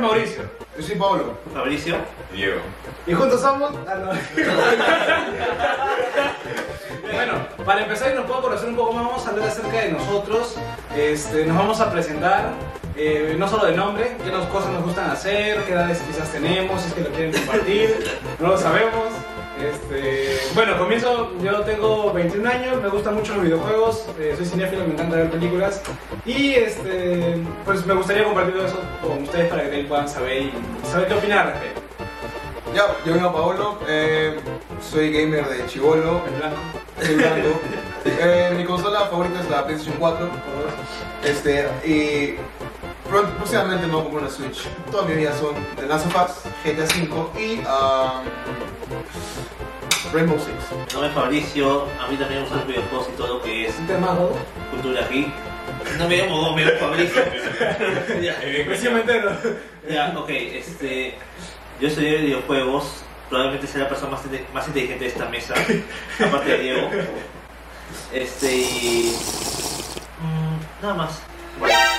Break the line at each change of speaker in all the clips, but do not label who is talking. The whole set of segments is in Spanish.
Mauricio.
Yo soy Pablo.
Fabricio.
Diego.
Y juntos somos. Ah, no.
Bueno, para empezar y nos puedo conocer un poco más, vamos a hablar acerca de nosotros. Este, nos vamos a presentar, eh, no solo de nombre, qué nos- cosas nos gustan hacer, qué edades quizás tenemos, si es que lo quieren compartir, no lo sabemos. Este, bueno, comienzo, yo tengo 21 años, me gustan mucho los videojuegos, eh, soy cinéfilo, me encanta ver películas y este, pues me gustaría compartir todo eso con ustedes para que también puedan saber y saber qué opinar al respecto.
Ya, yo me llamo Paolo. eh, soy gamer de Chivolo.
En blanco,
Soy blanco. Eh, mi consola favorita es la PlayStation 4.
por favor.
Este, y pronto, próximamente me voy a comprar una Switch. Toda mi vida son The Last of Us, GTA V y ah, Rainbow Six.
No es Fabricio. A mí también me gustan los videojuegos y todo lo que es
¿Un tema, Godo?
cultura geek. No me llamo Gómez, me llamo Fabricio. ya,
Recién me entero.
ya, ok. Este, yo estudié videojuegos. Probablemente sea la persona más, inte- más inteligente de esta mesa. aparte de Diego. Este y... mm, nada más.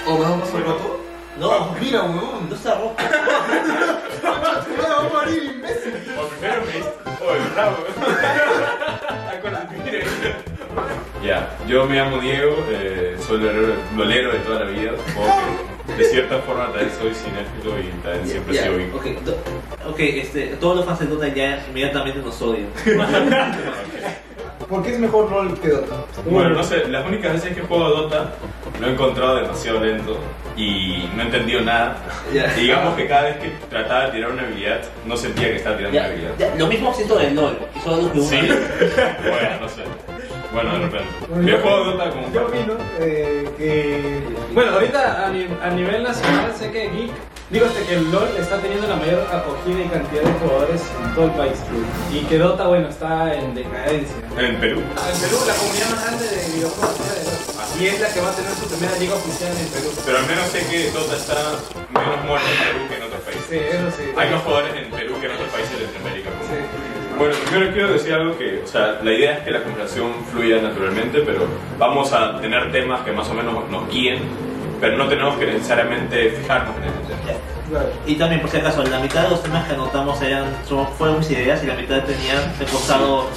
¿O me vamos a roto?
No,
Mira,
no
weón.
está rojo.
Me va a morir, imbécil.
O primero me diste. Oh, bravo.
Acuérdate, mire.
Ya, yo me llamo Diego, eh, soy lolero, lolero de toda la vida, supongo que de cierta forma también soy cinéfilo y también siempre he
Ya,
sido bien.
ok, do- ok, este, todos los fans de Dota ya inmediatamente nos odian.
¿Por qué es mejor rol que Dota?
Bueno, no sé, las únicas veces que juego a Dota lo he encontrado demasiado lento y no he entendido nada.
Ya.
Y digamos que cada vez que trataba de tirar una habilidad, no sentía que estaba tirando
Ya,
una habilidad.
ya, lo mismo siento del LOL, que solo lo que uno
Sí,
hace.
bueno, no sé. Bueno, de repente. Yo juego a Dota como un
Yo
par-
opino eh, que.
Bueno, ahorita a, ni- a nivel nacional sé que Geek, digo este, que el LOL está teniendo la mayor acogida y cantidad de jugadores en todo el país. Y que Dota, bueno, está en decadencia.
en Perú.
En Perú, la comunidad más grande de videojuegos es la de Dota. Y es la que va a tener su primera liga oficial en Perú.
Pero al menos sé que Dota está menos muerto en Perú que en otros países.
Sí, eso sí.
Hay más jugadores en Perú que en otros países de Latinoamérica.
Sí.
Bueno, primero quiero decir algo que, o sea, la idea es que la conversación fluya naturalmente, pero vamos a tener temas que más o menos nos guíen, pero no tenemos que necesariamente fijarnos en ese tema.
Claro.
Y también, por si acaso, la mitad de los temas que anotamos eran, son- fueron mis ideas y la mitad tenían recostado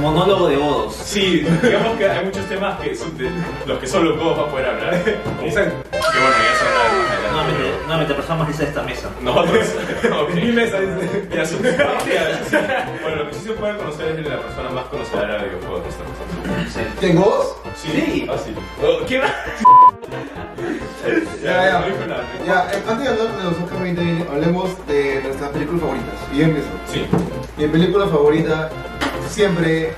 monólogo de bodos.
Sí, digamos que hay muchos temas que son de- los que solo vos vas a poder hablar.
Exacto.
Que bueno, ya se habla más
Nuevamente,
adelante,
nuevamente, persona más lista de esta mesa.
pero Nosotros. ok.
Mi mesa dice.
Mira, su- Bueno, lo que sí se puede conocer es la persona más conocedora de videojuegos de esta mesa.
¿Tengo dos?
Sí.
Fácil. Oh, ¿Qué va?
Ya, ya.
no dijo nada, ¿no?
Ya, eh, antes de hablar de los Oscar 2020, hablemos de nuestras películas favoritas. Y yo empiezo.
Sí.
Mi película favorita siempre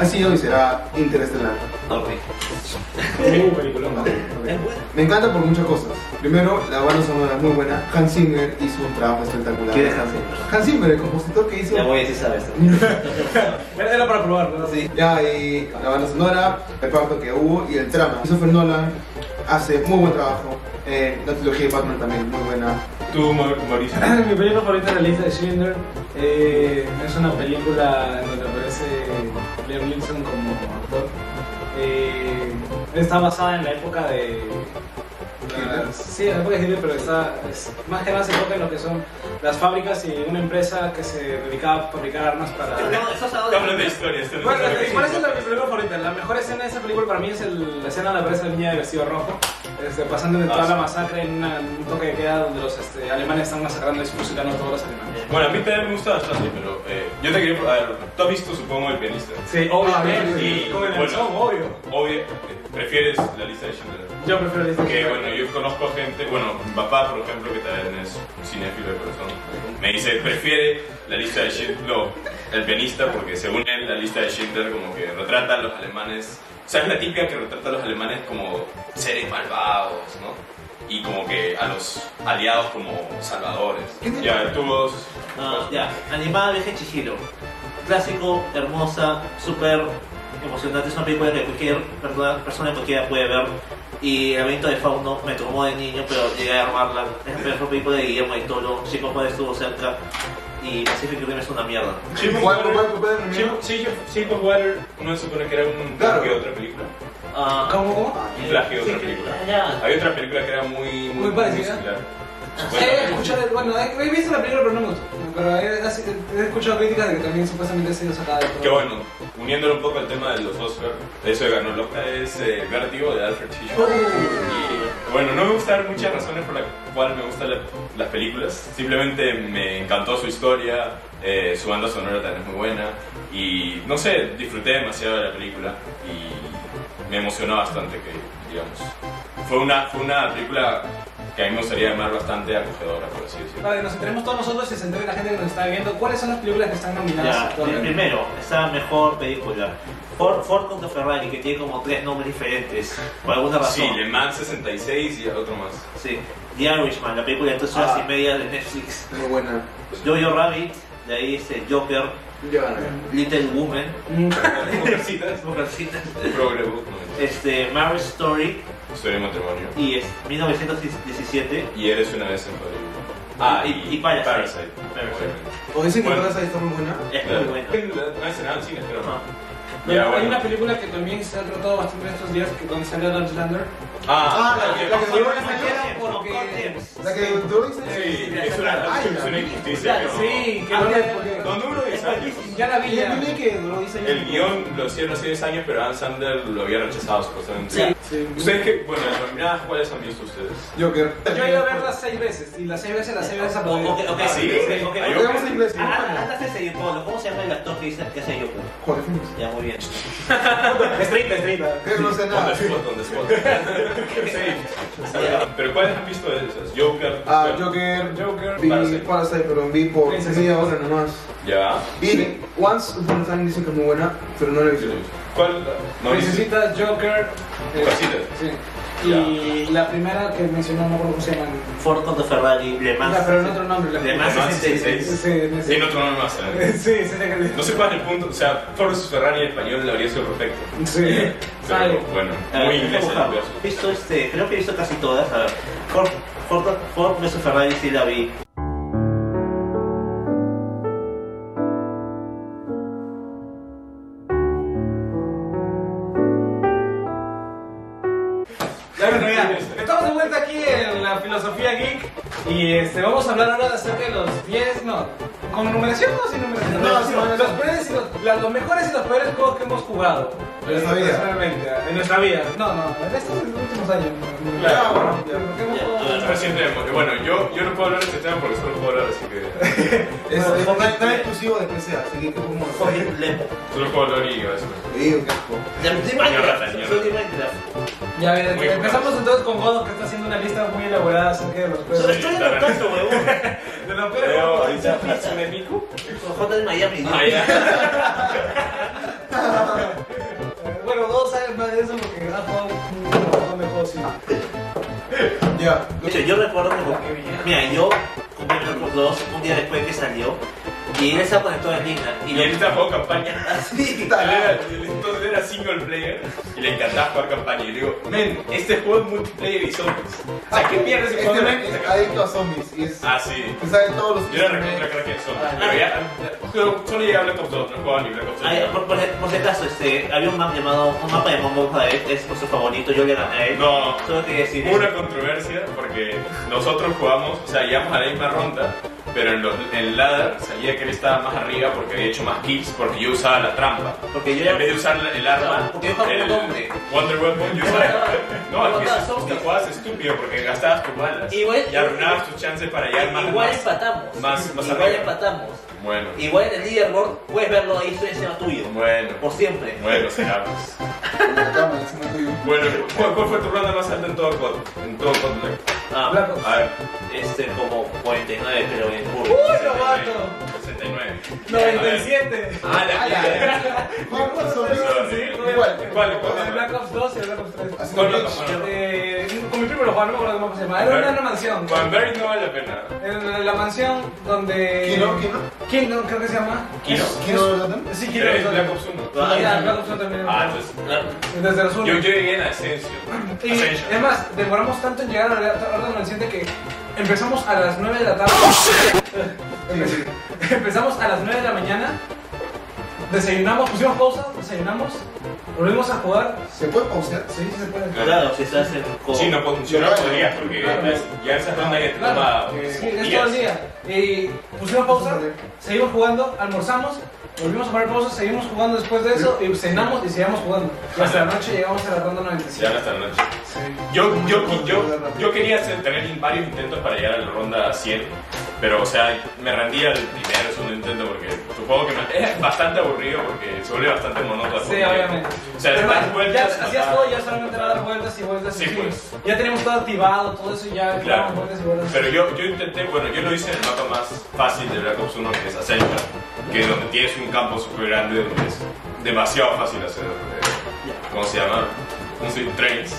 ha sido y será Interestelar.
Ok.
Uh, peliculón.
Es bueno.
Me encanta por muchas cosas. Primero, la banda sonora es muy buena. Hans Zimmer hizo un trabajo espectacular.
¿Quién es Hans Zimmer?
Hans Zimmer, el compositor que hizo.
Ya voy a decir, sabes.
Era era para probar, ¿no?
Sí.
Ya, y la banda sonora, el parto que hubo y el trama. Christopher Nolan hace muy buen trabajo. Eh, la trilogía de Batman también, muy buena.
Tú, Mau- Mauricio.
Mi película favorita es la lista de Schindler. Eh, es una película en donde aparece Liam Neeson como actor. Eh, está basada en la época de.
¿Hitler?
sí, en la época de Hitler, pero está, es- más que nada se enfoca en lo que son las fábricas y una empresa que se dedicaba a fabricar armas para.
No, eso es
Estamos
algo
hablando de
de...
historias. tenemos
Bueno,
algo que
¿cuál es
decir.
la, mi película favorita? La mejor escena de esa película para mí es el- la escena donde aparece la niña de vestido rojo, este, pasando de
Ah,
toda
sí.
la masacre en, una- en un toque de queda donde los este, alemanes están masacrando y expulsando a todos los alemanes.
Bueno, a mí también me gusta bastante, pero eh, yo te quería. A ver, tú has visto, supongo, el pianista.
Ah, Sí, obviamente,
Y,
con el
bueno,
anchón, obvio.
Obvio, eh, prefieres la lista de Schindler.
Yo prefiero el
Que bueno, yo conozco gente, bueno, mi papá, por ejemplo, que también es cinéfilo de corazón, me dice, prefiere la lista de Schindler, no, el pianista, porque según él, la lista de Schindler como que retrata a los alemanes, o sea, es la típica que retrata a los alemanes como seres malvados, ¿no? Y como que a los aliados como salvadores. Ya, tú dos,
Ah, ya, animada de Chihiro. Clásico, hermosa, súper emocionante. Es una película que cualquier persona, persona cualquiera puede ver. Y el evento de Fauno me tomó de niño, pero llegué a armarla. Es la mejor película de Guillermo del Toro. Chico Juárez estuvo cerca. Y Pacific Rim es una mierda.
Shape of
¿Cuál- cuál-
Water,
cuál es el
Shape
mío?
of- Shape of- Shape of Water, no se supone que era un
Claro.
plagio de otra película.
Ah,
¿Cómo?
Un plagio de otra
sí,
película.
ya, ya.
Había otra película que era muy, muy,
Muy parecida.
similar.
Eh,
Bueno,
he escuchado, Eh, bueno, he, he visto la película, pero no me gustó. Pero he, he- he escuchado críticas de que también supuestamente ha sido sacada de todo.
Que bueno, uniéndolo un poco al tema de los Oscars, eso de ganó el Oscar es eh, Vértigo de Alfred Hitchcock. Y, bueno, no me gustan muchas razones por las cuales me gustan la- las películas. Simplemente me encantó su historia, eh, su banda sonora también es muy buena. Y no sé, disfruté demasiado de la película y me emocionó bastante que, digamos, fue una, fue una película que a mí me gustaría llamar bastante acogedora, por así decirlo.
Para que nos enteremos todos nosotros y se entere la gente que nos está viendo, ¿cuáles son las películas que están nominadas
Ya, el
actualmente?
primero, esa mejor película. Ford, Ford contra Ferrari, que tiene como tres nombres diferentes, por alguna
Sí,
razón.
Le Mans 66 y otro más.
Sí. The Irishman, la película de tres horas
Ah.
y media de Netflix.
Muy buena.
Jojo Rabbit, de ahí este Joker,
Ya.
Little Woman,
Mm,
Mujercitas.
Mujercitas,
Progre Book, no,
este, Marriage Story
Historia de matrimonio.
y este, es 1917.
Y eres una vez en Hollywood.
Ah, y- y Parasite.
Parasite.
¿O dicen que
Bueno.
Parasite está muy buena?
Es muy Ah, buena.
No he cenado en cine, pero
Ajá.
no.
pero
Ya,
Hay
bueno.
una película que también se ha tratado bastante en estos días, que donde salió Outlander.
Ah, la-
ok.
la que duró
la mañana porque-
¿La que tú dices?
Sí, es una,
Ay,
es una
la-
injusticia. que no-
Sí, que
Ah,
no
bien,
la-
porque-
No duró 10 años.
Ya la vi,
Yo
ya.
vi que duró 10 años.
El guión lo hicieron hace 10 años, pero Adam Sandler lo había rechazado supuestamente.
Sí.
Sí.
Ustedes que, bueno, las nominadas, ¿cuáles han visto ustedes?
Joker.
Yo he ido a verla seis veces, y las seis veces, las seis veces
Ok,
aplaudí.
ok, ok,
Ah, sí,
ok, ok.
hay
Vamos a inglés.
Ah, ah, ah, antes de seguir, Pablo, ¿cómo se llama el actor que dice que hace Joker?
Joder, fuimos.
Ya, muy bien.
Estrita, estrita.
Creo que no sé
On the
nada.
spot, on the spot. Sí. Pero ¿cuáles han visto de esas? Joker.
Ah, Joker.
Joker.
Vi
Parasite.
Parasite, pero vi por
Sí, sí, sí.
media hora nomás.
Ya.
Y Once Upon a Time dicen que es muy buena, pero no la he visto.
¿Cuál? No, dices-
Princesitas, Joker. eh,
Mujercitas.
Sí. Y la primera que mencionó, no recuerdo cómo se llama.
Ford contra Ferrari, Le Mans.
Ya, pero en otro nombre.
Le
La...
Mans
Le Mans
66.
Sí, sí,
Y
sí.
en otro nombre más. ¿eh?
Sí, sí, sí.
No sé cuál es el punto, o sea, Ford vs Ferrari en español le habría sido perfecto.
Sí,
Pero
sale.
bueno,
A ver,
muy
déjame
inglés el
buscarlo.
verso.
Visto este, creo que he visto casi todas. A ver, Ford, Ford, Ford vs Ferrari sí la vi.
Bueno, ya, estamos de vuelta aquí en la filosofía geek y este, vamos a hablar ahora acerca de los 10, no, con numeración o sin numeración.
No, sin numeración.
los peores y los, la- los mejores y los peores juegos que hemos jugado.
En nuestra vida.
Personalmente, en nuestra vida. No, no, en estos últimos años. no, no.
Claro.
Ya, bueno,
Pero
ya.
¿por qué hemos
Ya,
jugado?
claro.
Reciente, bueno, yo, yo no puedo hablar de este tema porque solo puedo hablar, así que
Es
Bueno,
es-
Joker-
no- no es exclusivo de PC, así que como
Ford, Le,
solo puedo hablar y eso.
Te digo, qué asco.
Le, de Minecraft,
señor.
soy de Minecraft.
Ya, a ver,
Muy
empezamos
buenos.
entonces con Godo, que está haciendo una lista muy elaborada acerca de los
Solo
peores.
estoy anotando, huevón.
De los peores
Pero
juegos.
ahorita Hatsune Miku.
J de Miami.
Ah, ya.
Eh, Bueno, Godo sabe más de eso porque ha jugado un montón de juegos. sí.
Ya.
De hecho, yo recuerdo que compré- Mira, yo compré el Xbox 2 un día después que salió y él se conectó en línea. Y
Y
lo
él está jugando campaña.
así.
Él era, él entonces era single player y le encantaba jugar campaña. Y le digo, men, este juego es multiplayer y zombies. O sea, ¿qué pierdes si
Este
juegas
men es adicto a zombies y es.
Ah, sí.
Que sabe todos los.
Yo era recontra crack en zombies. Pero Ah, ya, yo solo llegué a Black Ops 2, no jugaba ni Black Ops 2.
Ay, por, por, por si acaso, este, había un mapa llamado, un mapa llamado Monza, es, es por su favorito, yo le gané a él.
No.
Solo quería decir
Hubo
eso.
una controversia porque nosotros jugamos, o sea, llegamos a la misma ronda, pero en, los, en ladder salía que él estaba más arriba porque había hecho más kills porque yo usaba la trampa.
Porque yo
en vez de usar la- el arma,
Porque yo jugaba
el
doble.
Wonder Weapon, yo usaba. No,
Jugaba
es que es- te
zombies.
jugabas estúpido porque gastabas tus balas
Igual-
y arruinabas tus chances para llegar más.
Igual
más-
empatamos.
más- más
Igual
arriba.
empatamos.
Bueno,
Igual en el leaderboard puedes verlo ahí, estoy encima tuyo.
bueno,
Por siempre.
bueno, seamos.
La cama, encima tuyo.
Bueno, ¿cuál, cuál fue tu ronda más alta en todo COD? En todo COD Black.
Ah,
Black Ops.
A ver,
Este como 49, pero en curva.
¡Uy, lo mato!
69.
97.
Ah, la mierda.
Juan, ¿cuál son?
Igual,
¿Cuál?
Con el Black Ops 2 y el Black Ops 3.
Así
Con
que-
los- con los-
Eh, con mi primo lo jugaba, no me acuerdo cómo se llama. Era una, una mansión.
Juan Berry no vale la pena.
En la mansión donde.
¿Kino? ¿Kino?
Kino, creo que se llama.
Kino.
¿Kino de Latam?
Sí, Kino.
¿Quieres Black Ops 1?
Ah, ya, Black Ops no también.
Ah, entonces.
Desde los
Yo, yo
unos.
llegué en Ascension.
Y
Ascension.
es más, demoramos tanto en llegar a la a la orden consciente que empezamos a las 9 de la tarde.
Oh,
Sí.
Empezamos a las 9 de la mañana. Desayunamos, pusimos pausa, desayunamos, Volvemos a jugar.
¿Se puede pausar? Sí, sí se puede.
Claro, si estás en co-
Sí, no funciona
Claro.
podrías porque
Claro.
las- ya esa ronda ya te toma
Claro,
eh,
sí, es todo
días.
el día. Y pusimos pausa, seguimos jugando, almorzamos, volvimos a poner pausa, seguimos jugando después de eso, y cenamos y seguimos jugando. Y hasta la noche llegamos a la ronda
Se
95.
llama hasta la noche.
Sí.
Yo, yo, yo, yo quería hacer- tener varios intentos para llegar a la ronda 100, pero o sea, me rendí al primero o segundo intento porque supongo que me- es bastante aburrido porque se vuelve bastante monótono.
Sí,
porque-
obviamente.
O sea,
Pero
das
bueno,
vueltas.
ya hacías
matar,
todo, ya solamente era dar vueltas y vueltas. y
Sí, pues.
Ya tenemos todo activado, todo eso, y ya
Claro.
dábamos vueltas y vueltas.
Pero yo, yo intenté, bueno, yo lo hice en el mapa más fácil de Black Ops 1, que es Asenka, que es donde tienes un campo súper grande donde es demasiado fácil hacer. eh, ¿Cómo se llama? Un swing trains.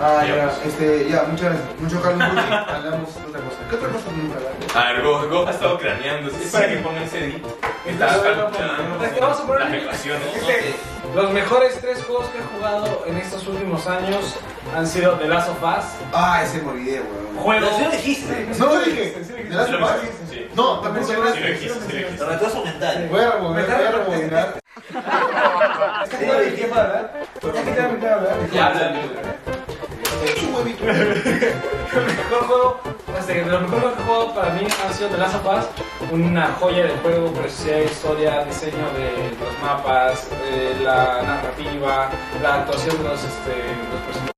Ah,
Ya,
ya,
pues.
este, ya, muchas gracias. Mucho Carlos Muchi, hablamos de otra cosa. ¿Qué otra cosa tenemos que hablar?
A ver, Go, Go ha estado craneando, es para que pongan ese edit. Está
Entonces,
calculando
es que vamos a poner
las
el-
ecuaciones.
Dice, Este, Los mejores tres juegos que he jugado en estos últimos años han sido The Last of Us,
Ah, ese me olvidé, weón.
juego.
Pero sí lo dijiste.
No lo dije.
Sí, sí, sí.
¿De las
Sí, lo
sofás?
dijiste, sí.
No, tampoco
Sí,
se
lo
lo
Sí, lo dijiste, sí, lo dijiste.
Retraso mental.
Voy a rebobinar, voy a rebobinar.
Es que tengo el tiempo de hablar.
Ya que te voy a hablar.
Ya, habla.
Es un huevito.
El mejor juego, este, lo mejor juego que he jugado para mí ha sido The Last of Us, una joya de juego, preciosidad, historia, diseño de los mapas, eh, la narrativa, la actuación de los, este, los personajes.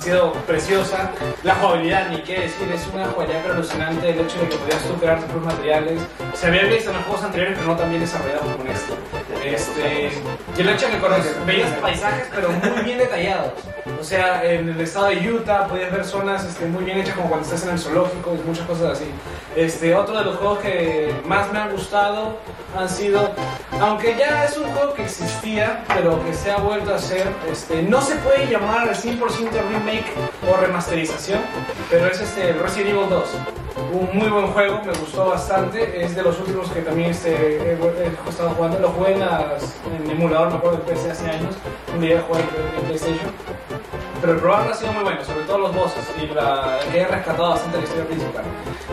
Ha sido preciosa, la jugabilidad, ni qué decir, es una jugabilidad alucinante, el hecho de que podías tú crear tus propios materiales, se había visto en los juegos anteriores, pero no tan bien desarrollado como en este. Este, y el hecho de que conoces- veías paisajes, pero muy bien detallados. O sea, en el estado de Utah podías ver zonas este, muy bien hechas, como cuando estás en el zoológico y muchas cosas así. Este, otro de los juegos que más me han gustado han sido, aunque ya es un juego que existía, pero que se ha vuelto a hacer, este, no se puede llamar al 100% remake o remasterización, pero es este Resident Evil 2. Un muy buen juego, me gustó bastante, es de los últimos que también este, he, vu- he estado jugando, lo jugué en, las- en el emulador, me acuerdo que PC hace años, un día jugué en en PlayStation. Pero el programa ha sido muy bueno, sobre todo los bosses y la, que he rescatado bastante la historia principal.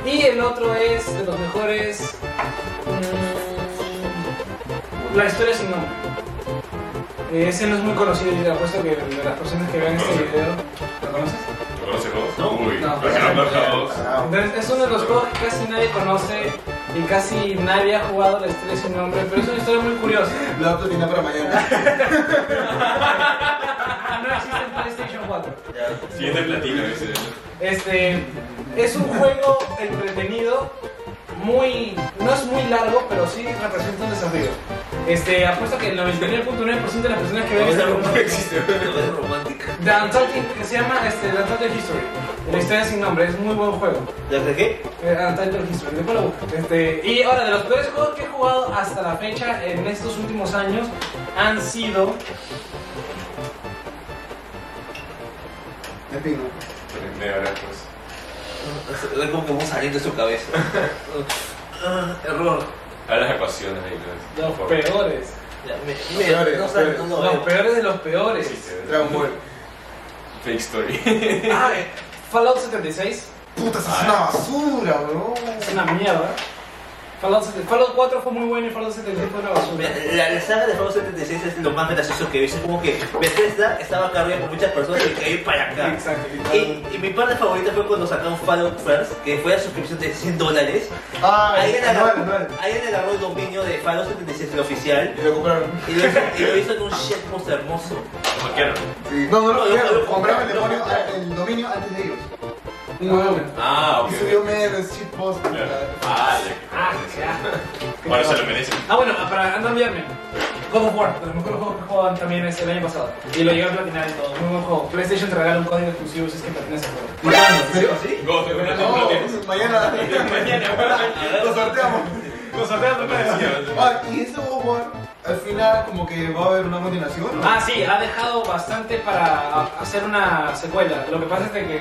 Y el otro es de los mejores. mm, la historia sin nombre. Eh, Ese no es muy conocido y te apuesto que de las personas que vean este video. ¿Lo conoces?
¿Lo conoces vos?
No.
Uy,
No.
¿por qué no lo dejamos?
Ah,
Entonces, es uno de los juegos que casi nadie conoce y casi nadie ha jugado la historia sin nombre, pero es una historia muy curiosa.
La otra tiene para mañana.
Ah, No existe en PlayStation 4.
Siguiente platino, dice.
Este es un juego entretenido, muy no es muy largo, pero sí representa un desafío. Este, apuesto que el 99.9% de las personas que ven este juego
No existe.
Pero es romántica.
The Untitled, que se llama este, The Untitled History, la historia sin nombre, es muy buen juego.
¿Desde qué?
Eh, Untitled History, después lo busco. Este, y ahora, de los peores juegos que he jugado hasta la fecha en estos últimos años han sido.
Me pingo.
Aprende ahora, pues.
Es como que vamos saliendo de su cabeza. Ah, Error.
A las ecuaciones ahí, ¿no?
Los
Por favor. eh.
peores.
Ya, me- me-
Peores,
no sale,
peores.
no
Los
lo veo.
peores de los
Sí,
peores.
sí.
Dragon Ball.
Fake story.
Ah, eh, Fallout 76.
Puta, esa es una basura, bro.
Es una mierda. Fallout, 70 Fallout 4 fue muy bueno y Fallout 76 fue una basura.
La, la saga de Fallout 76 es lo más gracioso que he visto. Es como que Bethesda estaba cargada por muchas personas y que ir para acá.
Exacto.
Y, y mi parte favorita fue cuando sacaron Fallout First, que fue la suscripción de 100 dólares.
Ah,
Alguien agarró,
no, no.
alguien agarró el dominio de Fallout 76 el oficial
Y lo compraron.
y lo hizo, y lo hizo en un shitpost hermoso.
Como quieran.
Sí. No, no lo
No,
compraron.
lo- lo-
Compraron el
lo-
demonio,
lo-
el dominio antes de ellos. Un huevón.
Bueno.
Ah, ok.
Y subió medio shitpost.
Claro. Ah,
Ah, qué asco.
ya. Bueno, se lo merece.
Ah, bueno, para no enviarme. God of War, de los mejores juegos que jugaban también es el año pasado. Y lo llegué a platinar y todo. Muy buen juego. PlayStation te regala un código exclusivo si es que platinas el juego.
¿En serio?
¿Sí?
Go, te
No, pues, mañana. Lo sorteamos.
Los sorteos de
Ah, y este War al final como que va a haber una continuación. ¿no?
Ah, sí, ha dejado bastante para hacer una secuela. Lo que pasa es de que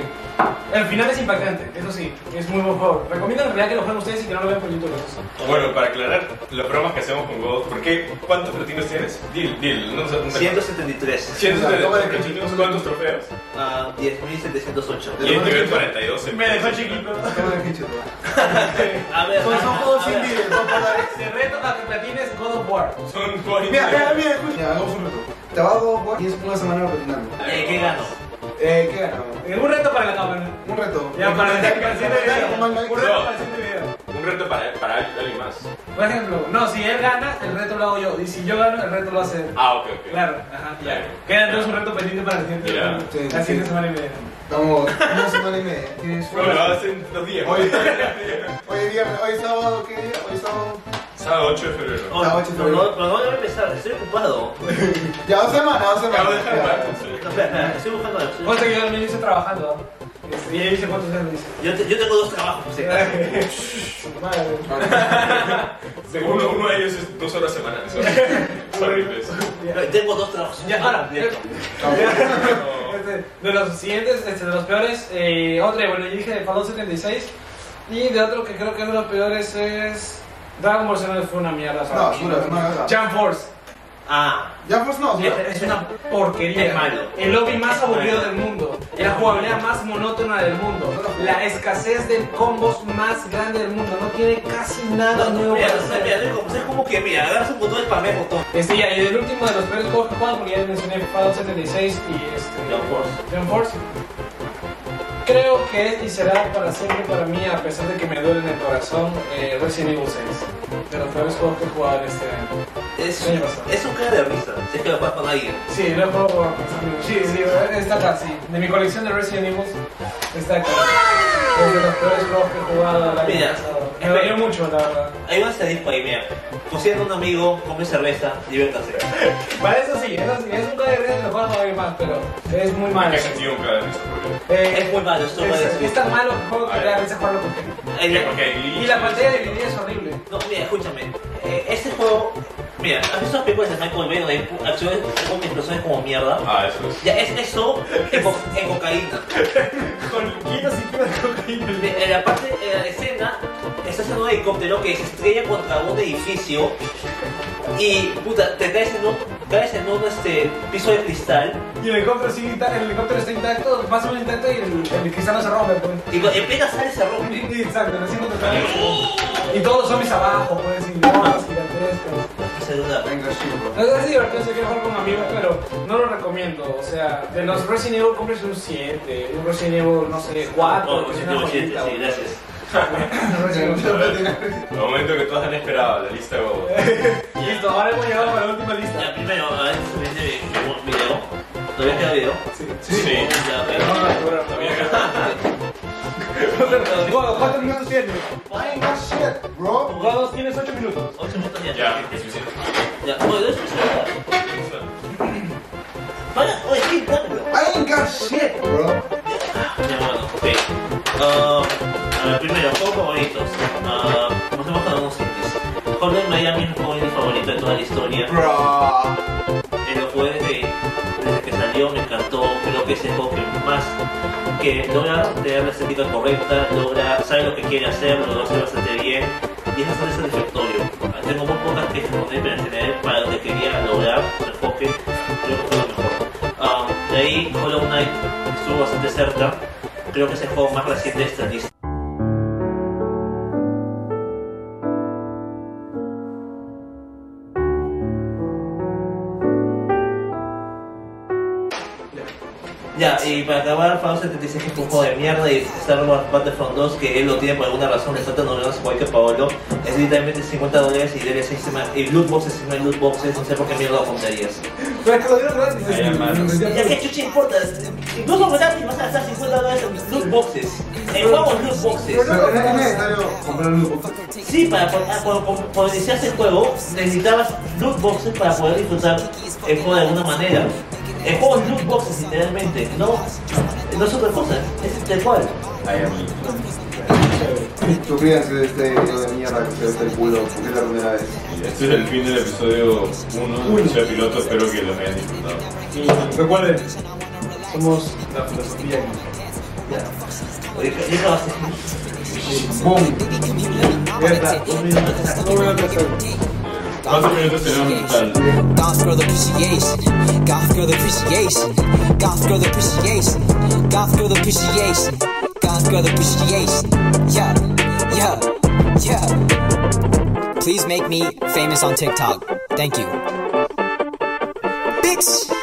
el final es impactante, eso sí, es muy buen juego. Recomiendo en realidad que lo jueguen ustedes y que no lo vean por YouTube. eso sí.
Bueno, para aclarar las bromas que hacemos con God, ¿por qué? ¿Cuántos platinos tienes? Dil, dil, no sé. no sé.
173
¿Cientos de
O sea, ¿cómo le-
platinos? ¿Cuántos trofeos?
a 10.708.
Y el nivel 42 en
Tengo que decir, ¿no?
A ver,
Son, son
a-
juegos
Pues
a ver. ah,
indie, son para-
Te reto para que platines God of War.
Son un point.
Mira, mira, mira, escucha. Ya, hagamos un reto. Te hago por tienes una semana patinando.
Eh, ¿Qué gano?
Eh, ¿qué ganamos?
Eh, Un reto para la cámara.
Un reto.
Ya, para el
Comentario,
para el siguiente
comentario,
video. Un
comentario.
reto para el siguiente video.
Un reto para, para alguien más.
Por ejemplo, no, si él gana, el reto lo hago yo. Y si yo gano, el reto lo hace él.
Ah, ok, ok.
Claro, ajá,
Claro.
ya. Queda entonces un reto pendiente para el siguiente
Ya.
video.
Sí,
La
sí.
siguiente semana y media.
Estamos una semana y media. Tienes un
Bueno, lo
reto.
hacen dos días.
Hoy, hoy viernes, hoy sábado, ¿qué día? Hoy sábado.
Sábado 8 de febrero.
Oh,
La ocho de
pero
febrero.
no, pero no voy a empezar, estoy ocupado.
Ya dos semanas, dos
Acabo de
semanas.
dejar la
Ya.
consola.
No, espera, espera, estoy buscando. estoy
Vos
buscando.
te quedas me dice trabajando. ¿ah? Este, Y ahí dice cuántos años dice.
Yo, te- yo tengo dos trabajos, por si acaso.
Madre.
Uno, uno de ellos es dos horas semanales. Son son horribles.
No, y Tengo dos trabajos. Ah,
Ya, ahora.
Directo.
No.
Este, de los siguientes, este, de los peores, eh, otra, bueno, yo dije de Fallout 76. Y de otro que creo que es de los peores es. Dragon Ball Z fue una mierda.
No,
¿sabes?
es una- es una cagada.
Jump Force.
Ah,
Ya pues no,
Este-
ya.
Es una porquería.
Es malo.
El lobby más aburrido del mundo. La jugabilidad más monótona del mundo. La escasez de combos más grande del mundo. No tiene casi nada
no, no,
nuevo.
mira,
para
o sea,
hacer.
mira, es como- es como que, mira, agarras un botón y spameas botón.
Este ya, y el último de los peores juegos que juegan, porque ya mencioné Fallout 76 y este.
Jump Force.
Jump Force. Creo que es y será para siempre para mí, a pesar de que me duele en el corazón, eh, Resident Evil 6. De los peores juegos que he jugado en este año.
Es,
Coño, pasa.
es un cara de risa, si es que lo juegas con alguien.
Sí, lo he jugado por- Sí, sí, está acá, sí. De mi colección de Resident Evil está acá. Es de los peores juegos que he jugado el año
Mira,
pasado. Me
espera.
dolió mucho, la verdad.
Hay un asterisco ahí, mira. Consigan un amigo, come cerveza, diviértase.
Para eso sí, eso sí, es un juego de redes, lo juego a más, pero es muy malo.
¿Qué sentido cada vez? Porque-
Eh,
Es muy malo, esto
Es, es
parece.
tan malo el juego que a veces jugarlo con gente.
Ahí
¿Qué?
ya-
Porque hay glitch.
Y la pantalla dividida es horrible.
No, mira, escúchame. Eh, este juego. Mira, ¿has visto las películas de Michael Bay donde hay pu- acciones con explosiones como mierda?
Ah, eso es.
Ya, es eso en, co- en cocaína.
Con kilos y kilos de cocaína.
En la parte, en la escena, estás en un helicóptero que se estrella contra un edificio y, puta, te caes en un, caes en un este, piso de cristal
Y el helicóptero, sigue intacto, el helicóptero está intacto, más o menos intacto y el, el cristal no se rompe. Pues.
y cu- en plena sale se rompe.
Y, Exacto, recién cuando te dan- Y todos los zombies abajo, pues, y bombas gigantescas.
Se duda.
Venga, chico.
No es divertido, se quiere jugar con amigos, pero no lo recomiendo. O sea, de los Resident Evil compres un 7, un Resident Evil, no sé, 4,
Oh,
que Ah, es
sí,
una
sí, sí,
joyita,
sí, gracias.
güey. Resident Evil.
El momento que todos han esperado, la lista de Bobo.
Listo, ahora hemos llegado para la última lista.
Ya, primero, a ver, subiste mi mi video. ¿Todavía queda video?
Sí.
Sí.
Ya, ok.
No, no, no, no.
Todavía acá.
Bueno, ¿cuántos minutos tienes?
Venga, shit, bro.
Jugados tienes 8 minutos.
Ocho minutos ya.
Ya, es suficiente.
Ya, oye, eso es verdad. Para, oye, sí, rápido.
Venga, shit, bro.
Ya, bueno, ok. Ah, a ver, primero, juegos favoritos. Ah, nos hemos quedado unos indies. Hotline Miami es mi juego indie favorito de toda la historia.
Bro.
Eh, lo jugué desde, desde que salió, me encantó. Creo que es el juego que más que logra tener la estética correcta, logra, sabe lo que quiere hacer, lo hace bastante bien y es bastante satisfactorio. Tengo muy pocas quejas con él, pero en general para lo que quería lograr, su enfoque, creo que fue lo mejor. Ah, de ahí Hollow Knight estuvo bastante cerca, creo que es el juego más reciente de esta lista. Ya, y para acabar, Fallout 76 que es un juego de mierda y Star Wars Battlefront 2, que él lo tiene por alguna razón, le falta novelas igual que Paolo, es literalmente 50 dólares y DLC encima- y loot boxes encima de loot boxes, no sé por qué mierda lo comprarías.
Pero es que lo dieron gratis.
Ay, hermano.
Ya que chucha importa, incluso gratis vas a gastar 50 dólares en loot boxes, en juegos loot boxes.
Pero es necesario comprar un grupo.
Sí, para po- ah, cuando com- cuando iniciaste el juego necesitabas loot boxes para poder disfrutar el juego de alguna manera. El juego es loot boxes literalmente, no, no es otra cosa, es tal cual.
Suscríbanse este video de mierda que se ve el culo, porque es la primera vez.
Este es el fin del episodio 1 de Lucha Piloto. Espero que lo hayan disfrutado.
Y recuerden, somos la filosofía.
Ya. Oye, ¿qué acabaste?
¡Bum!
Ya está, un minuto. Un minuto, seguro.
¿Cuántos minutos tenemos en total?
Goth girl appreciation. Goth girl appreciation. Goth girl appreciation. Goth girl appreciation. Goth girl appreciation. Yeah, yeah, yeah. Please make me famous on TikTok. Thank you. Bitch!